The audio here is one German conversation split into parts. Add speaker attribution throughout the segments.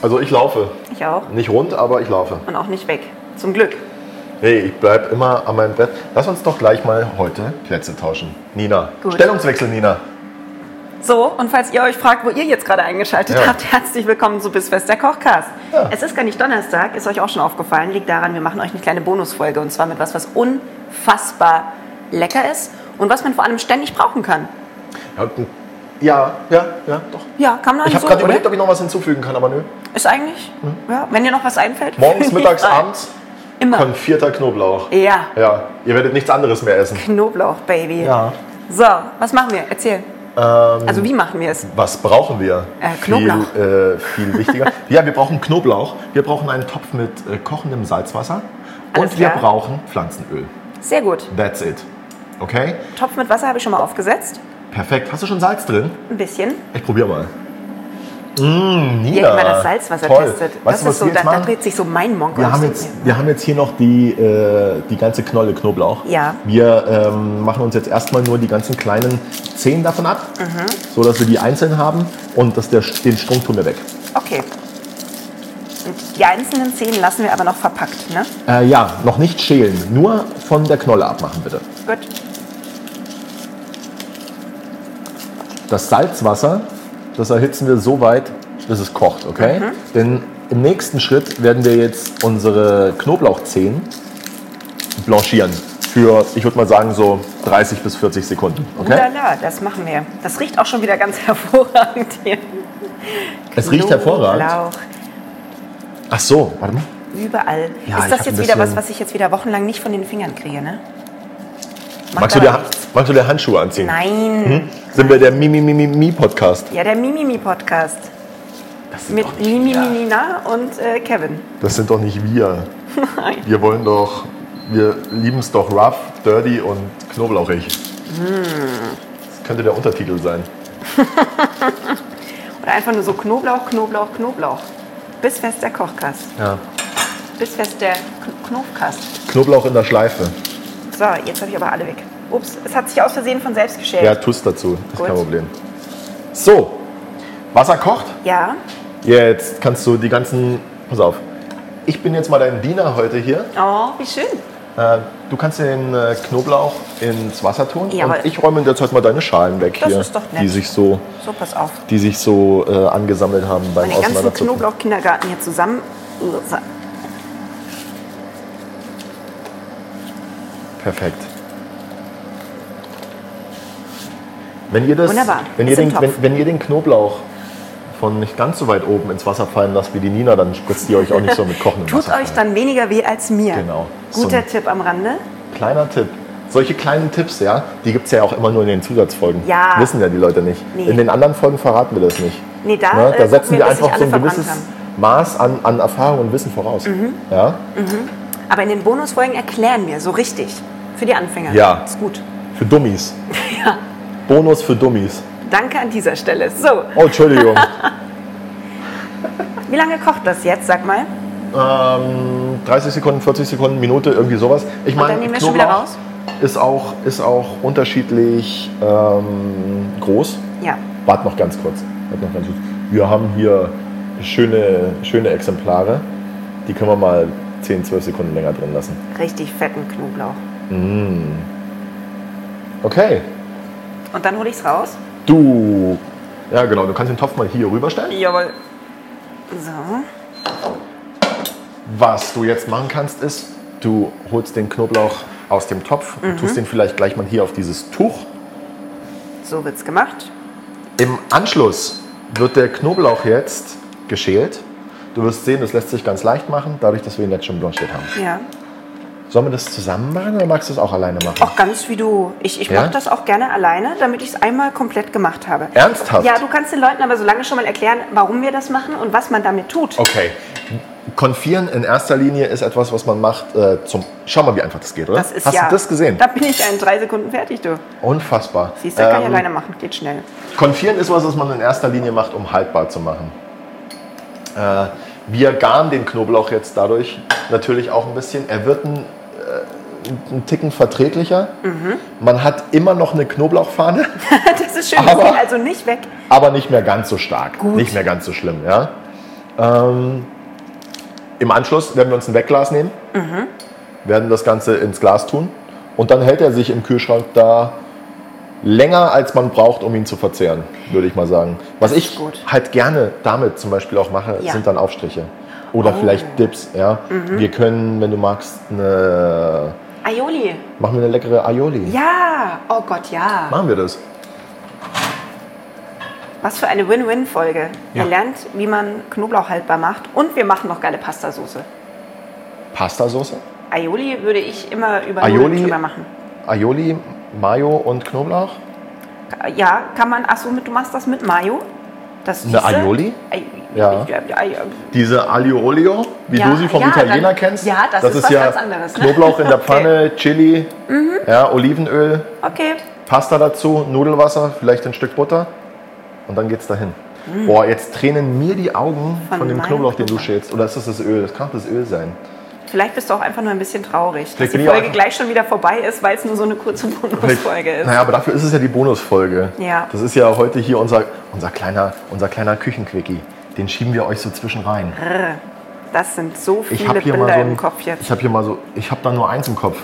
Speaker 1: Also ich laufe.
Speaker 2: Ich auch.
Speaker 1: Nicht rund, aber ich laufe.
Speaker 2: Und auch nicht weg. Zum Glück.
Speaker 1: Hey, ich bleib immer an meinem Bett. Lass uns doch gleich mal heute Plätze tauschen. Nina.
Speaker 2: Gut.
Speaker 1: Stellungswechsel, Nina.
Speaker 2: So, und falls ihr euch fragt, wo ihr jetzt gerade eingeschaltet
Speaker 1: Ja.
Speaker 2: habt, herzlich willkommen zu Bissfest der Kochcast.
Speaker 1: Ja.
Speaker 2: Es ist gar nicht Donnerstag, ist euch auch schon aufgefallen, liegt daran, wir machen euch eine kleine Bonusfolge und zwar mit was, was unfassbar lecker ist und was man vor allem ständig brauchen kann.
Speaker 1: Ja, ja, ja, ja doch.
Speaker 2: Ja, kann man
Speaker 1: Ich habe
Speaker 2: so,
Speaker 1: gerade
Speaker 2: oder?
Speaker 1: überlegt, ob ich noch was hinzufügen kann, aber nö.
Speaker 2: Ist eigentlich, ja, wenn dir noch was einfällt.
Speaker 1: Morgens,
Speaker 2: fühl
Speaker 1: mittags,
Speaker 2: dich frei.
Speaker 1: abends
Speaker 2: Immer.
Speaker 1: konfierter Knoblauch.
Speaker 2: Ja,
Speaker 1: Ja, ihr werdet nichts anderes mehr essen.
Speaker 2: Knoblauch, Baby.
Speaker 1: Ja. Ähm,
Speaker 2: So, was machen wir? Erzähl. also wie machen wir es?
Speaker 1: Was brauchen wir?
Speaker 2: Äh, Knoblauch.
Speaker 1: Viel, äh, viel wichtiger. ja, wir brauchen Knoblauch. Wir brauchen einen Topf mit äh, kochendem Salzwasser.
Speaker 2: Alles
Speaker 1: und wir
Speaker 2: klar.
Speaker 1: brauchen Pflanzenöl.
Speaker 2: Sehr gut.
Speaker 1: That's it. Okay?
Speaker 2: Topf mit Wasser habe ich schon mal aufgesetzt.
Speaker 1: Perfekt. Hast du schon Salz drin?
Speaker 2: Ein bisschen.
Speaker 1: Ich probier mal. Mmh, Nina.
Speaker 2: Hier ja, mal das Salzwasser
Speaker 1: Toll.
Speaker 2: testet.
Speaker 1: Weißt
Speaker 2: Das
Speaker 1: du, was
Speaker 2: ist so,
Speaker 1: wir
Speaker 2: da,
Speaker 1: jetzt
Speaker 2: da
Speaker 1: machen?
Speaker 2: dreht sich so mein Monk
Speaker 1: Wir
Speaker 2: ums
Speaker 1: haben,
Speaker 2: Ding
Speaker 1: jetzt,
Speaker 2: hier.
Speaker 1: wir haben jetzt hier noch die, äh, die ganze Knolle Knoblauch.
Speaker 2: Ja.
Speaker 1: Wir ähm, machen uns jetzt erstmal nur die ganzen kleinen Zehen davon ab,
Speaker 2: Mhm.
Speaker 1: so dass wir die einzeln haben und dass der, den Strunk tun wir weg.
Speaker 2: Okay. Und die einzelnen Zehen lassen wir aber noch verpackt, ne?
Speaker 1: Äh, ja, noch nicht schälen, nur von der Knolle abmachen bitte.
Speaker 2: Gut.
Speaker 1: Das Salzwasser, das erhitzen wir so weit, bis es kocht, okay?
Speaker 2: Mhm.
Speaker 1: Denn im nächsten Schritt werden wir jetzt unsere Knoblauchzehen blanchieren. Für, ich würde mal sagen, so 30 bis 40 Sekunden. Okay?
Speaker 2: Lala, das machen wir. Das riecht auch schon wieder ganz hervorragend hier.
Speaker 1: Es riecht hervorragend.
Speaker 2: Knoblauch,
Speaker 1: Ach so, warte mal.
Speaker 2: überall.
Speaker 1: Ja,
Speaker 2: ist
Speaker 1: ich
Speaker 2: das jetzt
Speaker 1: hab ein
Speaker 2: wieder was,
Speaker 1: bisschen-
Speaker 2: was ich jetzt wieder wochenlang nicht von den Fingern kriege, ne? Macht
Speaker 1: Magst du,
Speaker 2: aber
Speaker 1: dir,
Speaker 2: nichts.
Speaker 1: magst du dir Handschuhe anziehen?
Speaker 2: Nein.
Speaker 1: Sind wir der Mi-Mi-Mi-Mi-Podcast?
Speaker 2: Ja, der Mimimi-Podcast. Mit Mimi Nina und äh, Kevin.
Speaker 1: Das sind doch nicht wir. Wir wollen doch, wir lieben es doch rough, dirty und knoblauchig.
Speaker 2: Hm.
Speaker 1: Das könnte der Untertitel sein.
Speaker 2: Oder einfach nur so Knoblauch, Knoblauch, Knoblauch. Bis fest der Kochkast.
Speaker 1: Ja.
Speaker 2: Bis fest der K Knofkast.
Speaker 1: Knoblauch in der Schleife.
Speaker 2: So, jetzt habe ich aber alle weg. Ups, es hat sich aus Versehen von selbst
Speaker 1: Ja,
Speaker 2: geschält.
Speaker 1: tust dazu. Ist
Speaker 2: Gut.
Speaker 1: kein Problem. So, Wasser kocht.
Speaker 2: Ja.
Speaker 1: Jetzt kannst du die ganzen. Pass auf. Ich bin jetzt mal dein Diener heute hier.
Speaker 2: Oh, wie schön.
Speaker 1: Äh, Du kannst den äh, Knoblauch ins Wasser tun.
Speaker 2: Ja,
Speaker 1: und
Speaker 2: aber-
Speaker 1: ich räume in der Zeit mal deine Schalen weg
Speaker 2: Das
Speaker 1: hier,
Speaker 2: ist doch nett.
Speaker 1: die sich so,
Speaker 2: So, pass auf.
Speaker 1: die sich so äh, angesammelt haben beim
Speaker 2: Den ganzen
Speaker 1: Auseinanderzupfen.
Speaker 2: Knoblauch-Kindergarten hier zusammen.
Speaker 1: Perfekt. Wenn ihr, das,
Speaker 2: Wunderbar.
Speaker 1: Wenn, ihr
Speaker 2: Ist im
Speaker 1: den,
Speaker 2: Topf.
Speaker 1: wenn, wenn ihr den Knoblauch von nicht ganz so weit oben ins Wasser fallen lasst wie die Nina, dann spritzt ihr euch auch nicht so mit kochendem
Speaker 2: Tut
Speaker 1: Wasser.
Speaker 2: euch dann weniger weh als mir.
Speaker 1: Genau.
Speaker 2: Guter
Speaker 1: So
Speaker 2: Tipp am Rande.
Speaker 1: ein Kleiner Tipp. Solche kleinen Tipps, ja, die gibt es ja auch immer nur in den Zusatzfolgen.
Speaker 2: Ja.
Speaker 1: Wissen ja die Leute nicht.
Speaker 2: Nee.
Speaker 1: In den anderen Folgen verraten wir das nicht.
Speaker 2: Nee, da,
Speaker 1: Ne?
Speaker 2: äh,
Speaker 1: da
Speaker 2: gucken
Speaker 1: setzen
Speaker 2: wir,
Speaker 1: wir
Speaker 2: dass sich
Speaker 1: einfach
Speaker 2: alle
Speaker 1: so ein
Speaker 2: verbrannt Mhm.
Speaker 1: gewisses Maß an, an Erfahrung und Wissen voraus. Ja?
Speaker 2: Aber in den Bonusfolgen erklären wir so richtig. Für die Anfänger.
Speaker 1: Ja.
Speaker 2: Ist gut.
Speaker 1: Für Dummies. Bonus für Dummies.
Speaker 2: Danke an dieser Stelle. So,
Speaker 1: Oh, Entschuldigung.
Speaker 2: wie lange kocht das jetzt, sag mal?
Speaker 1: Ähm, 30 Sekunden, 40 Sekunden, Minute, irgendwie sowas. Ich
Speaker 2: Und dann nehmen wir schon wieder
Speaker 1: Knoblauch
Speaker 2: raus?
Speaker 1: Ist auch, ist auch unterschiedlich ähm, groß.
Speaker 2: Ja.
Speaker 1: Warte noch ganz kurz. Wart noch ganz kurz. Wir haben hier schöne, schöne Exemplare. Die können wir mal 10, 12 Sekunden länger drin lassen.
Speaker 2: Richtig fetten Knoblauch.
Speaker 1: Okay.
Speaker 2: Und dann hole ich es raus.
Speaker 1: Du. Ja, genau. Du kannst den Topf mal hier rüberstellen.
Speaker 2: Jawohl. So.
Speaker 1: Was du jetzt machen kannst, ist, du holst den Knoblauch aus dem Topf
Speaker 2: Mhm.
Speaker 1: und tust den vielleicht gleich mal hier auf dieses Tuch.
Speaker 2: So wird's gemacht.
Speaker 1: Im Anschluss wird der Knoblauch jetzt geschält. Du wirst sehen, das lässt sich ganz leicht machen, dadurch, dass wir ihn jetzt schon blanchiert haben.
Speaker 2: Ja.
Speaker 1: Sollen wir das zusammen machen oder magst du es auch alleine machen?
Speaker 2: Auch ganz wie du. Ich, ich
Speaker 1: Ja?
Speaker 2: mache das auch gerne alleine, damit ich es einmal komplett gemacht habe.
Speaker 1: Ernsthaft?
Speaker 2: Ja, du kannst den Leuten aber so lange schon mal erklären, warum wir das machen und was man damit tut.
Speaker 1: Okay. Konfieren in erster Linie ist etwas, was man macht äh, zum. Schau mal, wie einfach das geht, oder?
Speaker 2: Das ist
Speaker 1: Hast
Speaker 2: ja,
Speaker 1: du das gesehen?
Speaker 2: Da bin ich in drei Sekunden fertig, du.
Speaker 1: Unfassbar.
Speaker 2: Siehst du, kann ich alleine machen, geht schnell.
Speaker 1: Konfieren ist was, was man in erster Linie macht, um haltbar zu machen. Äh, wir garen den Knoblauch jetzt dadurch natürlich auch ein bisschen. Er wird ein, äh, ein Ticken verträglicher. Man hat immer noch eine Knoblauchfahne,
Speaker 2: Mhm. Das ist schön, das
Speaker 1: Aber-
Speaker 2: geht also nicht weg.
Speaker 1: aber nicht mehr ganz so stark. Nicht mehr ganz so schlimm. Ja? Ähm, Im Anschluss werden wir uns ein Wegglas nehmen,
Speaker 2: Mhm.
Speaker 1: werden das Ganze ins Glas tun und dann hält er sich im Kühlschrank da länger, als man braucht, um ihn zu verzehren, würde ich mal sagen. Was ich
Speaker 2: gut.
Speaker 1: halt gerne damit zum Beispiel auch mache,
Speaker 2: Ja. Oh. Mhm.
Speaker 1: sind dann Aufstriche. Oder vielleicht Dips, ja. Wir können, wenn du magst, eine,
Speaker 2: Aioli.
Speaker 1: machen wir eine leckere Aioli.
Speaker 2: Ja, oh Gott, ja.
Speaker 1: Machen wir das.
Speaker 2: Was für eine Win-Win-Folge.
Speaker 1: Ja.
Speaker 2: Ihr lernt, wie man Knoblauch haltbar macht und wir machen noch geile Pastasoße.
Speaker 1: Pastasoße,
Speaker 2: Aioli würde ich immer über
Speaker 1: Aioli-
Speaker 2: Nudeln drüber machen.
Speaker 1: Aioli, Mayo und Knoblauch.
Speaker 2: Ja, kann man, ach so, mit- du machst das mit Mayo? Das
Speaker 1: Eine
Speaker 2: süße-
Speaker 1: Aioli?
Speaker 2: Ai-
Speaker 1: Ja.
Speaker 2: Ich- Ai-
Speaker 1: Diese Aglio Olio, wie
Speaker 2: Ja,
Speaker 1: du sie vom
Speaker 2: ja,
Speaker 1: Italiener
Speaker 2: dann-
Speaker 1: kennst.
Speaker 2: ja, das ist was ganz anderes, ne? Mhm.
Speaker 1: Knoblauch in der Pfanne, Chili, ja, Olivenöl,
Speaker 2: Okay,
Speaker 1: Pasta dazu, Nudelwasser, vielleicht ein Stück Butter und dann geht's dahin. Boah, jetzt tränen mir die Augen von,
Speaker 2: Mhm. Von
Speaker 1: dem
Speaker 2: meinem
Speaker 1: Knoblauch, den du
Speaker 2: Knoblauch.
Speaker 1: schälst. Oder ist das das Öl? Das kann auch das Öl sein.
Speaker 2: vielleicht bist du auch einfach nur ein bisschen traurig, dass
Speaker 1: Vielleicht
Speaker 2: die
Speaker 1: bin ich auch
Speaker 2: Folge
Speaker 1: einfach-
Speaker 2: gleich schon wieder vorbei ist, weil es nur so eine kurze
Speaker 1: Vielleicht-
Speaker 2: Bonusfolge ist.
Speaker 1: Naja, aber dafür ist es ja die Bonusfolge.
Speaker 2: Ja.
Speaker 1: Das ist ja heute hier unser, unser kleiner, unser kleiner Küchenquickie. Den schieben wir euch so zwischen rein.
Speaker 2: Das sind so
Speaker 1: Ich
Speaker 2: viele
Speaker 1: habe hier
Speaker 2: Bilder
Speaker 1: mal so
Speaker 2: im
Speaker 1: ein,
Speaker 2: Kopf
Speaker 1: Ich
Speaker 2: jetzt.
Speaker 1: habe hier mal so, ich habe da nur eins im Kopf.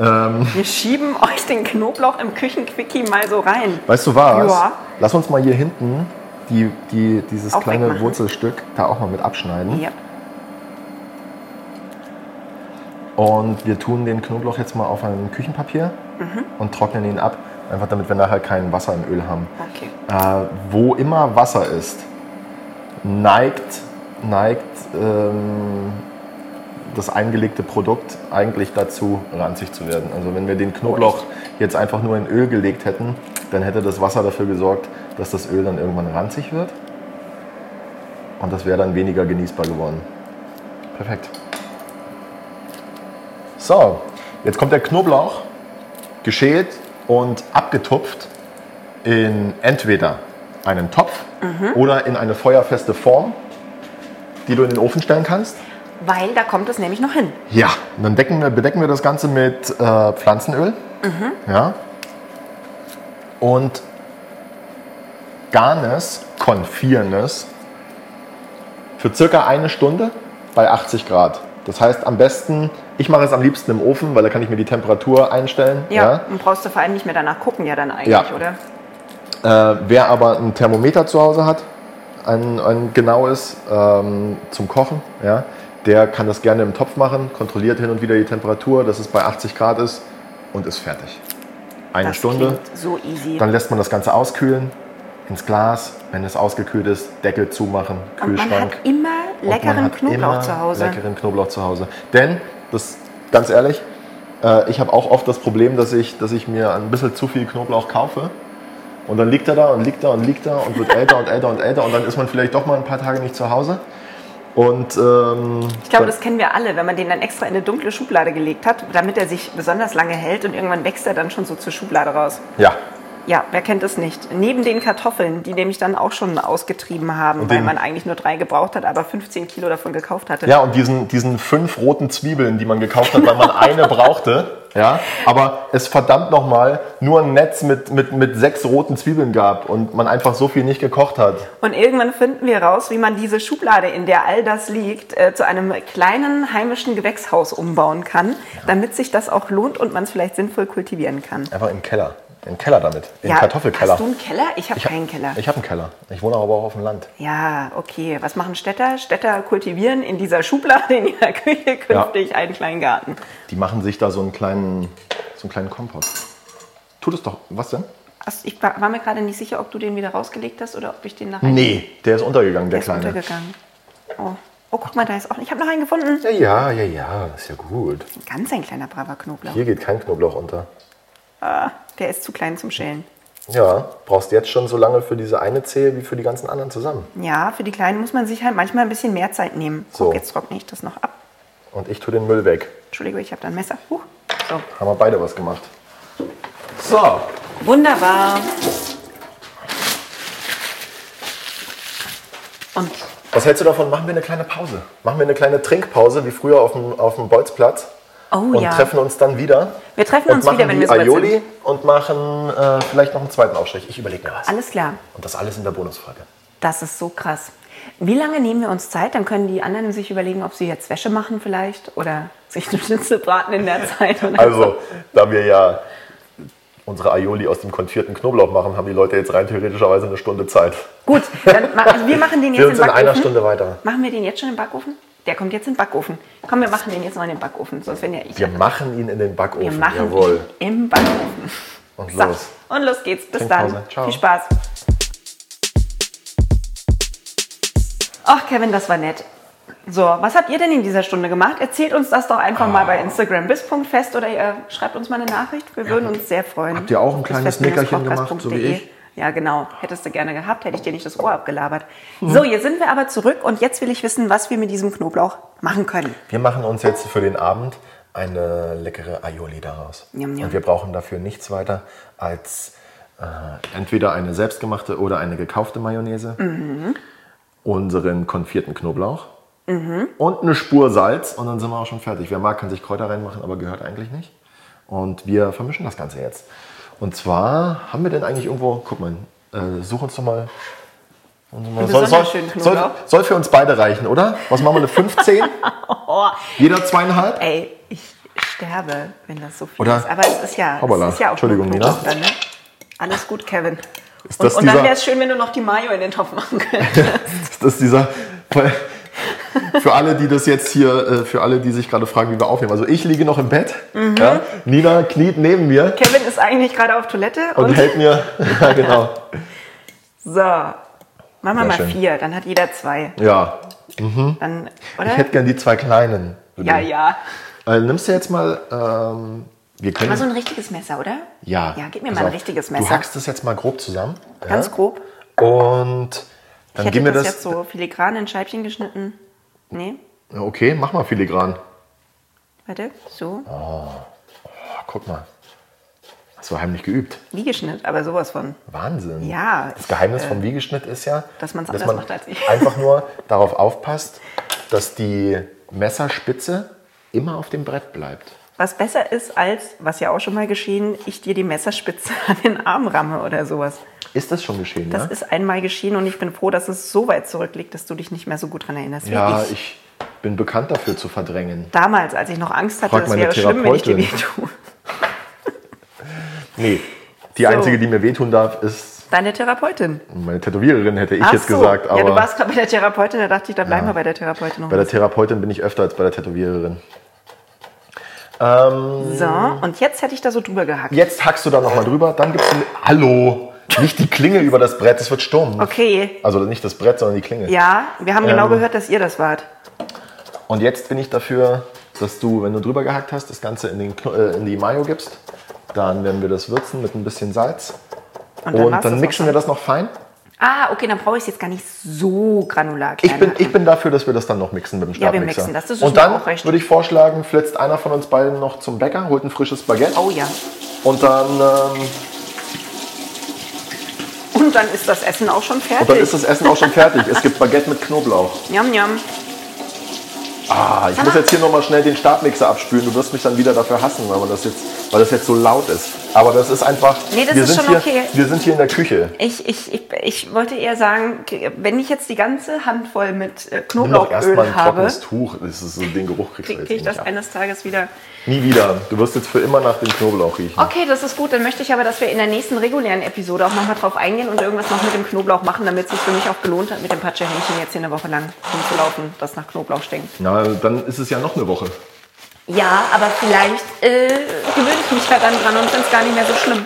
Speaker 1: Ähm,
Speaker 2: Wir schieben euch den Knoblauch im Küchenquickie mal so rein.
Speaker 1: Weißt du was?
Speaker 2: Ja.
Speaker 1: Lass uns mal hier hinten die, die, dieses
Speaker 2: Auch
Speaker 1: kleine
Speaker 2: wegmachen.
Speaker 1: Wurzelstück da auch mal mit abschneiden.
Speaker 2: Ja.
Speaker 1: Und wir tun den Knoblauch jetzt mal auf ein Küchenpapier
Speaker 2: Mhm.
Speaker 1: und trocknen ihn ab. Einfach damit wir nachher kein Wasser im Öl haben.
Speaker 2: Okay.
Speaker 1: Äh, wo immer Wasser ist, neigt, neigt ähm, das eingelegte Produkt eigentlich dazu, ranzig zu werden. Also wenn wir den Knoblauch jetzt einfach nur in Öl gelegt hätten, dann hätte das Wasser dafür gesorgt, dass das Öl dann irgendwann ranzig wird. Und das wäre dann weniger genießbar geworden. Perfekt. So, jetzt kommt der Knoblauch, geschält und abgetupft in entweder einen Topf oder in eine feuerfeste Form, die du in den Ofen stellen kannst.
Speaker 2: Weil da kommt es nämlich noch hin.
Speaker 1: Ja, und dann decken wir, bedecken wir das Ganze mit äh, Pflanzenöl. Ja. Und garen es, konfieren es für circa eine Stunde bei 80 Grad. Das heißt, am besten, ich mache es am liebsten im Ofen, weil da kann ich mir die Temperatur einstellen.
Speaker 2: Ja. Und brauchst du vor allem nicht mehr danach gucken, ja dann eigentlich,
Speaker 1: Ja.
Speaker 2: oder?
Speaker 1: Äh, wer aber ein Thermometer zu Hause hat, ein, ein genaues ähm, zum Kochen, ja, der kann das gerne im Topf machen, kontrolliert hin und wieder die Temperatur, dass es bei 80 Grad ist und ist fertig. Eine
Speaker 2: das
Speaker 1: Stunde,
Speaker 2: klingt So easy.
Speaker 1: dann lässt man das Ganze auskühlen, ins Glas, wenn es ausgekühlt ist, Deckel zumachen,
Speaker 2: und man
Speaker 1: Kühlschrank.
Speaker 2: hat immer
Speaker 1: Und man
Speaker 2: leckeren
Speaker 1: hat
Speaker 2: Knoblauch
Speaker 1: immer
Speaker 2: zu Hause.
Speaker 1: Leckeren Knoblauch zu Hause. Denn, das ganz ehrlich, äh, ich habe auch oft das Problem, dass ich, dass ich mir ein bisschen zu viel Knoblauch kaufe. Und dann liegt er da und liegt er und liegt er und wird älter und älter und älter. Und dann ist man vielleicht doch mal ein paar Tage nicht zu Hause. Und ähm,
Speaker 2: Ich glaube, das kennen wir alle, wenn man den dann extra in eine dunkle Schublade gelegt hat, damit er sich besonders lange hält und irgendwann wächst er dann schon so zur Schublade raus.
Speaker 1: ja.
Speaker 2: Ja, wer kennt es nicht? Neben den Kartoffeln, die nämlich dann auch schon ausgetrieben haben,
Speaker 1: Und
Speaker 2: weil
Speaker 1: den-
Speaker 2: man eigentlich nur drei gebraucht hat, aber 15 Kilo davon gekauft hatte.
Speaker 1: Ja, und diesen, diesen fünf roten Zwiebeln, die man gekauft hat, weil man eine brauchte. Ja, aber es verdammt nochmal nur ein Netz mit, mit, mit sechs roten Zwiebeln gab und man einfach so viel nicht gekocht hat.
Speaker 2: Und irgendwann finden wir raus, wie man diese Schublade, in der all das liegt, äh, zu einem kleinen heimischen Gewächshaus umbauen kann, damit sich das auch lohnt und man es vielleicht sinnvoll kultivieren kann.
Speaker 1: Einfach im Keller. Im Keller damit. Im Kartoffelkeller.
Speaker 2: Hast du einen Keller? Ich habe
Speaker 1: Ich hab-
Speaker 2: keinen Keller.
Speaker 1: Ich habe einen Keller. Ich wohne aber auch auf dem Land.
Speaker 2: Ja, okay. Was machen Städter? Städter kultivieren in dieser Schublade in ihrer Küche künftig einen kleinen Garten.
Speaker 1: Die machen sich da so einen kleinen, so einen kleinen Kompost. Tut es doch. Was denn?
Speaker 2: Hast- Ich war war mir gerade nicht sicher, ob du den wieder rausgelegt hast oder ob ich den nach
Speaker 1: Nee, der ist untergegangen,
Speaker 2: Der
Speaker 1: der,
Speaker 2: ist
Speaker 1: kleine.
Speaker 2: untergegangen. Oh, Oh, guck mal, da ist auch. Ich habe noch einen gefunden.
Speaker 1: Ja, ja, ja, ja, ist ja gut.
Speaker 2: Ganz ein kleiner braver Knoblauch.
Speaker 1: Hier geht kein Knoblauch unter.
Speaker 2: Ah, der ist zu klein zum Schälen.
Speaker 1: Ja, brauchst jetzt schon so lange für diese eine Zehe wie für die ganzen anderen zusammen.
Speaker 2: Ja, für die Kleinen muss man sich halt manchmal ein bisschen mehr Zeit nehmen.
Speaker 1: So.
Speaker 2: Guck, jetzt trockne ich das noch ab.
Speaker 1: Und ich tue den Müll weg.
Speaker 2: Entschuldigung, ich habe da ein Messer. Huch. So.
Speaker 1: Haben wir beide was gemacht. So,
Speaker 2: Wunderbar. Und
Speaker 1: was hältst du davon? Machen wir eine kleine Pause. Machen wir eine kleine Trinkpause, wie früher auf dem, auf dem Bolzplatz.
Speaker 3: Oh
Speaker 1: und
Speaker 3: ja.
Speaker 1: treffen uns dann wieder.
Speaker 2: Wir treffen
Speaker 1: und
Speaker 2: uns
Speaker 1: machen
Speaker 2: wieder, wenn
Speaker 1: die
Speaker 2: wir soweit
Speaker 1: Aioli Und machen äh, vielleicht noch einen zweiten Aufstrich. Ich überlege mir was.
Speaker 2: alles klar.
Speaker 1: Und das alles in der Bonusfolge.
Speaker 2: Das ist so krass. Wie lange nehmen wir uns Zeit? Dann können die anderen sich überlegen, ob sie jetzt Wäsche machen vielleicht oder sich einen Schnitzel braten in der Zeit. Oder
Speaker 1: Also, da wir ja unsere Aioli aus dem konfierten Knoblauch machen, haben die Leute jetzt rein theoretischerweise eine Stunde Zeit.
Speaker 2: Gut, dann ma also wir machen den jetzt
Speaker 1: Wir uns
Speaker 2: im
Speaker 1: in
Speaker 2: Backofen.
Speaker 1: einer Stunde weiter.
Speaker 2: Machen wir den jetzt schon im Backofen? Der kommt jetzt in den Backofen. Komm, wir machen den jetzt noch in den Backofen. Sonst wenn ja ich.
Speaker 1: Wir machen ihn in den Backofen.
Speaker 2: Wir machen
Speaker 1: Jawohl.
Speaker 2: ihn im Backofen.
Speaker 1: Und
Speaker 2: So,
Speaker 1: los.
Speaker 2: und los geht's. Bis
Speaker 1: Trinkpause.
Speaker 2: dann.
Speaker 1: Ciao.
Speaker 2: Viel Spaß. Ach, Kevin, das war nett. So, was habt ihr denn in dieser Stunde gemacht? Erzählt uns das doch einfach mal
Speaker 1: Ah.
Speaker 2: bei Instagram bis.fest oder ihr schreibt uns mal eine Nachricht. Wir würden uns sehr freuen.
Speaker 1: Habt ihr auch ein kleines
Speaker 2: Bis-fest-podcast.de.
Speaker 1: Nickerchen gemacht, so wie ich?
Speaker 2: Ja, genau. Hättest du gerne gehabt, hätte ich dir nicht das Ohr abgelabert.
Speaker 1: Mhm.
Speaker 2: So, jetzt sind wir aber zurück und jetzt will ich wissen, was wir mit diesem Knoblauch machen können.
Speaker 1: Wir machen uns jetzt für den Abend eine leckere Aioli daraus.
Speaker 2: Njam, njam.
Speaker 1: Und wir brauchen dafür nichts weiter als äh, entweder eine selbstgemachte oder eine gekaufte Mayonnaise,
Speaker 2: Mhm.
Speaker 1: unseren konfierten Knoblauch
Speaker 2: Mhm.
Speaker 1: und eine Spur Salz und dann sind wir auch schon fertig. Wer mag, kann sich Kräuter reinmachen, aber gehört eigentlich nicht. Und wir vermischen das Ganze jetzt. Und zwar haben wir denn eigentlich irgendwo, guck mal, äh, such uns doch mal. Soll,
Speaker 2: besonders
Speaker 1: soll,
Speaker 2: schönen
Speaker 1: soll,
Speaker 2: Knoblauch.
Speaker 1: soll für uns beide reichen, oder? Was machen wir, eine 15? Jeder zweieinhalb?
Speaker 2: Ey, ich sterbe, wenn das so viel
Speaker 1: Oder?
Speaker 2: ist. Aber es ist ja,
Speaker 1: Hoppala.
Speaker 2: es ist ja auch
Speaker 1: Entschuldigung,
Speaker 2: nur
Speaker 1: Nina.
Speaker 2: Knoblauch dann, ne? Alles gut, Kevin.
Speaker 1: Ist
Speaker 2: Und,
Speaker 1: das
Speaker 2: und dann
Speaker 1: dieser-
Speaker 2: wäre es schön, wenn du noch die Mayo in den Topf machen könntest.
Speaker 1: Das ist dieser. Für alle, die das jetzt hier, äh, für alle, die sich gerade fragen, wie wir aufnehmen. Also ich liege noch im Bett,
Speaker 2: Mhm.
Speaker 1: ja, Nina kniet neben mir
Speaker 2: Kevin ist eigentlich gerade auf Toilette
Speaker 1: und,
Speaker 2: und,
Speaker 1: hält mir. Ja, genau.
Speaker 2: so. Machen wir
Speaker 1: Sehr
Speaker 2: mal
Speaker 1: schön.
Speaker 2: vier, dann hat jeder zwei.
Speaker 1: Ja.
Speaker 2: Dann,
Speaker 1: Ich
Speaker 2: oder?
Speaker 1: hätte gern die zwei kleinen.
Speaker 2: Ja, ja.
Speaker 1: Äh, nimmst du jetzt mal. Ähm, wir können.
Speaker 2: Mal so ein richtiges Messer, oder?
Speaker 1: ja.
Speaker 2: Also, Ja, gib mir
Speaker 1: Pass
Speaker 2: mal ein
Speaker 1: auf.
Speaker 2: richtiges
Speaker 1: Du
Speaker 2: Messer.
Speaker 1: hackst das jetzt mal grob zusammen.
Speaker 2: Ganz
Speaker 1: ja?
Speaker 2: grob.
Speaker 1: Und
Speaker 2: Ich
Speaker 1: dann
Speaker 2: hätte
Speaker 1: gib mir
Speaker 2: das,
Speaker 1: das.
Speaker 2: jetzt so filigran in Scheibchen geschnitten. Nee,
Speaker 1: Ja, Okay, mach mal filigran.
Speaker 2: warte, so.
Speaker 1: Ah. Ach, guck mal. Das war heimlich geübt.
Speaker 2: Liegeschnitt, aber sowas von.
Speaker 1: Wahnsinn.
Speaker 2: Ja,
Speaker 1: Das
Speaker 2: ich,
Speaker 1: Geheimnis
Speaker 2: äh,
Speaker 1: vom Wiegeschnitt ist ja,
Speaker 2: dass man's anders macht als ich.
Speaker 1: einfach nur darauf aufpasst, dass die Messerspitze immer auf dem Brett bleibt.
Speaker 2: Was besser ist als, was ja auch schon mal geschehen, ich dir die Messerspitze an den Arm ramme oder sowas.
Speaker 1: Ist das schon geschehen,
Speaker 2: Das
Speaker 1: ja?
Speaker 2: ist einmal geschehen und ich bin froh, dass es so weit zurückliegt, dass du dich nicht mehr so gut dran erinnerst
Speaker 1: ja,
Speaker 2: wie ich.
Speaker 1: ich bin bekannt dafür zu verdrängen.
Speaker 2: Damals, als ich noch Angst hatte,
Speaker 1: Frag
Speaker 2: das
Speaker 1: meine
Speaker 2: wäre schlimm, wenn ich dir
Speaker 1: Therapeutin.
Speaker 2: wehtue.
Speaker 1: Nee, die
Speaker 2: So.
Speaker 1: einzige, die mir wehtun darf, ist
Speaker 2: Deine Therapeutin.
Speaker 1: meine Tätowiererin, hätte ich
Speaker 2: Ach
Speaker 1: jetzt
Speaker 2: so.
Speaker 1: gesagt. Aber
Speaker 2: ja, du warst gerade bei der Therapeutin, da dachte ich, da bleiben
Speaker 1: Ja.
Speaker 2: wir bei der Therapeutin noch.
Speaker 1: bei der Therapeutin bin ich öfter als bei der Tätowiererin. Ähm,
Speaker 2: so, und jetzt hätte ich da so drüber gehackt.
Speaker 1: jetzt hackst du da nochmal drüber, dann gibst du... Hallo! Nicht die Klinge über das Brett, es wird stumm.
Speaker 2: Okay.
Speaker 1: Also nicht das Brett, sondern die Klinge.
Speaker 2: Ja, wir haben genau
Speaker 1: Ähm.
Speaker 2: gehört, dass ihr das wart.
Speaker 1: Und jetzt bin ich dafür, dass du, wenn du drüber gehackt hast, das Ganze in, den, Kno- äh, in die Mayo gibst. Dann werden wir das würzen mit ein bisschen Salz. Und dann,
Speaker 2: war's das
Speaker 1: mixen
Speaker 2: auch
Speaker 1: wir das noch fein.
Speaker 2: schon. Ah, okay, dann brauche ich es jetzt gar nicht so granular.
Speaker 1: Ich bin,
Speaker 2: klein
Speaker 1: ich bin dafür, dass wir das dann noch mixen mit dem
Speaker 2: Ja, wir
Speaker 1: Stabmixer.
Speaker 2: mixen das, das ist
Speaker 1: Und
Speaker 2: mir
Speaker 1: dann
Speaker 2: auch recht.
Speaker 1: würde ich vorschlagen, flitzt einer von uns beiden noch zum Bäcker, holt ein frisches Baguette.
Speaker 2: Oh ja.
Speaker 1: Und dann, ähm,
Speaker 2: Und dann ist das Essen auch schon fertig.
Speaker 1: und dann ist das Essen auch schon fertig. Es gibt Baguette mit Knoblauch.
Speaker 2: Njam, njam.
Speaker 1: Ah, ich muss jetzt hier nochmal schnell den Stabmixer abspülen. Du wirst mich dann wieder dafür hassen, weil, man das, jetzt, weil das jetzt so laut ist. Aber das ist einfach.
Speaker 2: Nee, das
Speaker 1: wir
Speaker 2: ist
Speaker 1: sind
Speaker 2: schon
Speaker 1: hier,
Speaker 2: okay.
Speaker 1: Wir sind hier in der Küche.
Speaker 2: Ich, ich, ich, ich wollte eher sagen, wenn ich jetzt die ganze Handvoll mit äh,
Speaker 1: Nimm doch erstmal ein
Speaker 2: Knoblauchöl habe,
Speaker 1: trockenes Tuch. Das ist so, den Geruch kriegst du
Speaker 2: kriege ich
Speaker 1: jetzt
Speaker 2: das
Speaker 1: nicht ab.
Speaker 2: eines Tages wieder.
Speaker 1: Nie wieder. Du wirst jetzt für immer nach dem Knoblauch riechen.
Speaker 2: Okay, das ist gut. Dann möchte ich aber, dass wir in der nächsten regulären Episode auch nochmal drauf eingehen und irgendwas noch mit dem Knoblauch machen, damit es sich für mich auch gelohnt hat, mit dem Patschehähnchen jetzt hier eine Woche lang rumzulaufen, das nach Knoblauch stinkt.
Speaker 1: Na, dann ist es ja noch eine Woche.
Speaker 2: Ja, aber vielleicht äh, gewöhne ich mich ja dann dran und finde es gar nicht mehr so schlimm.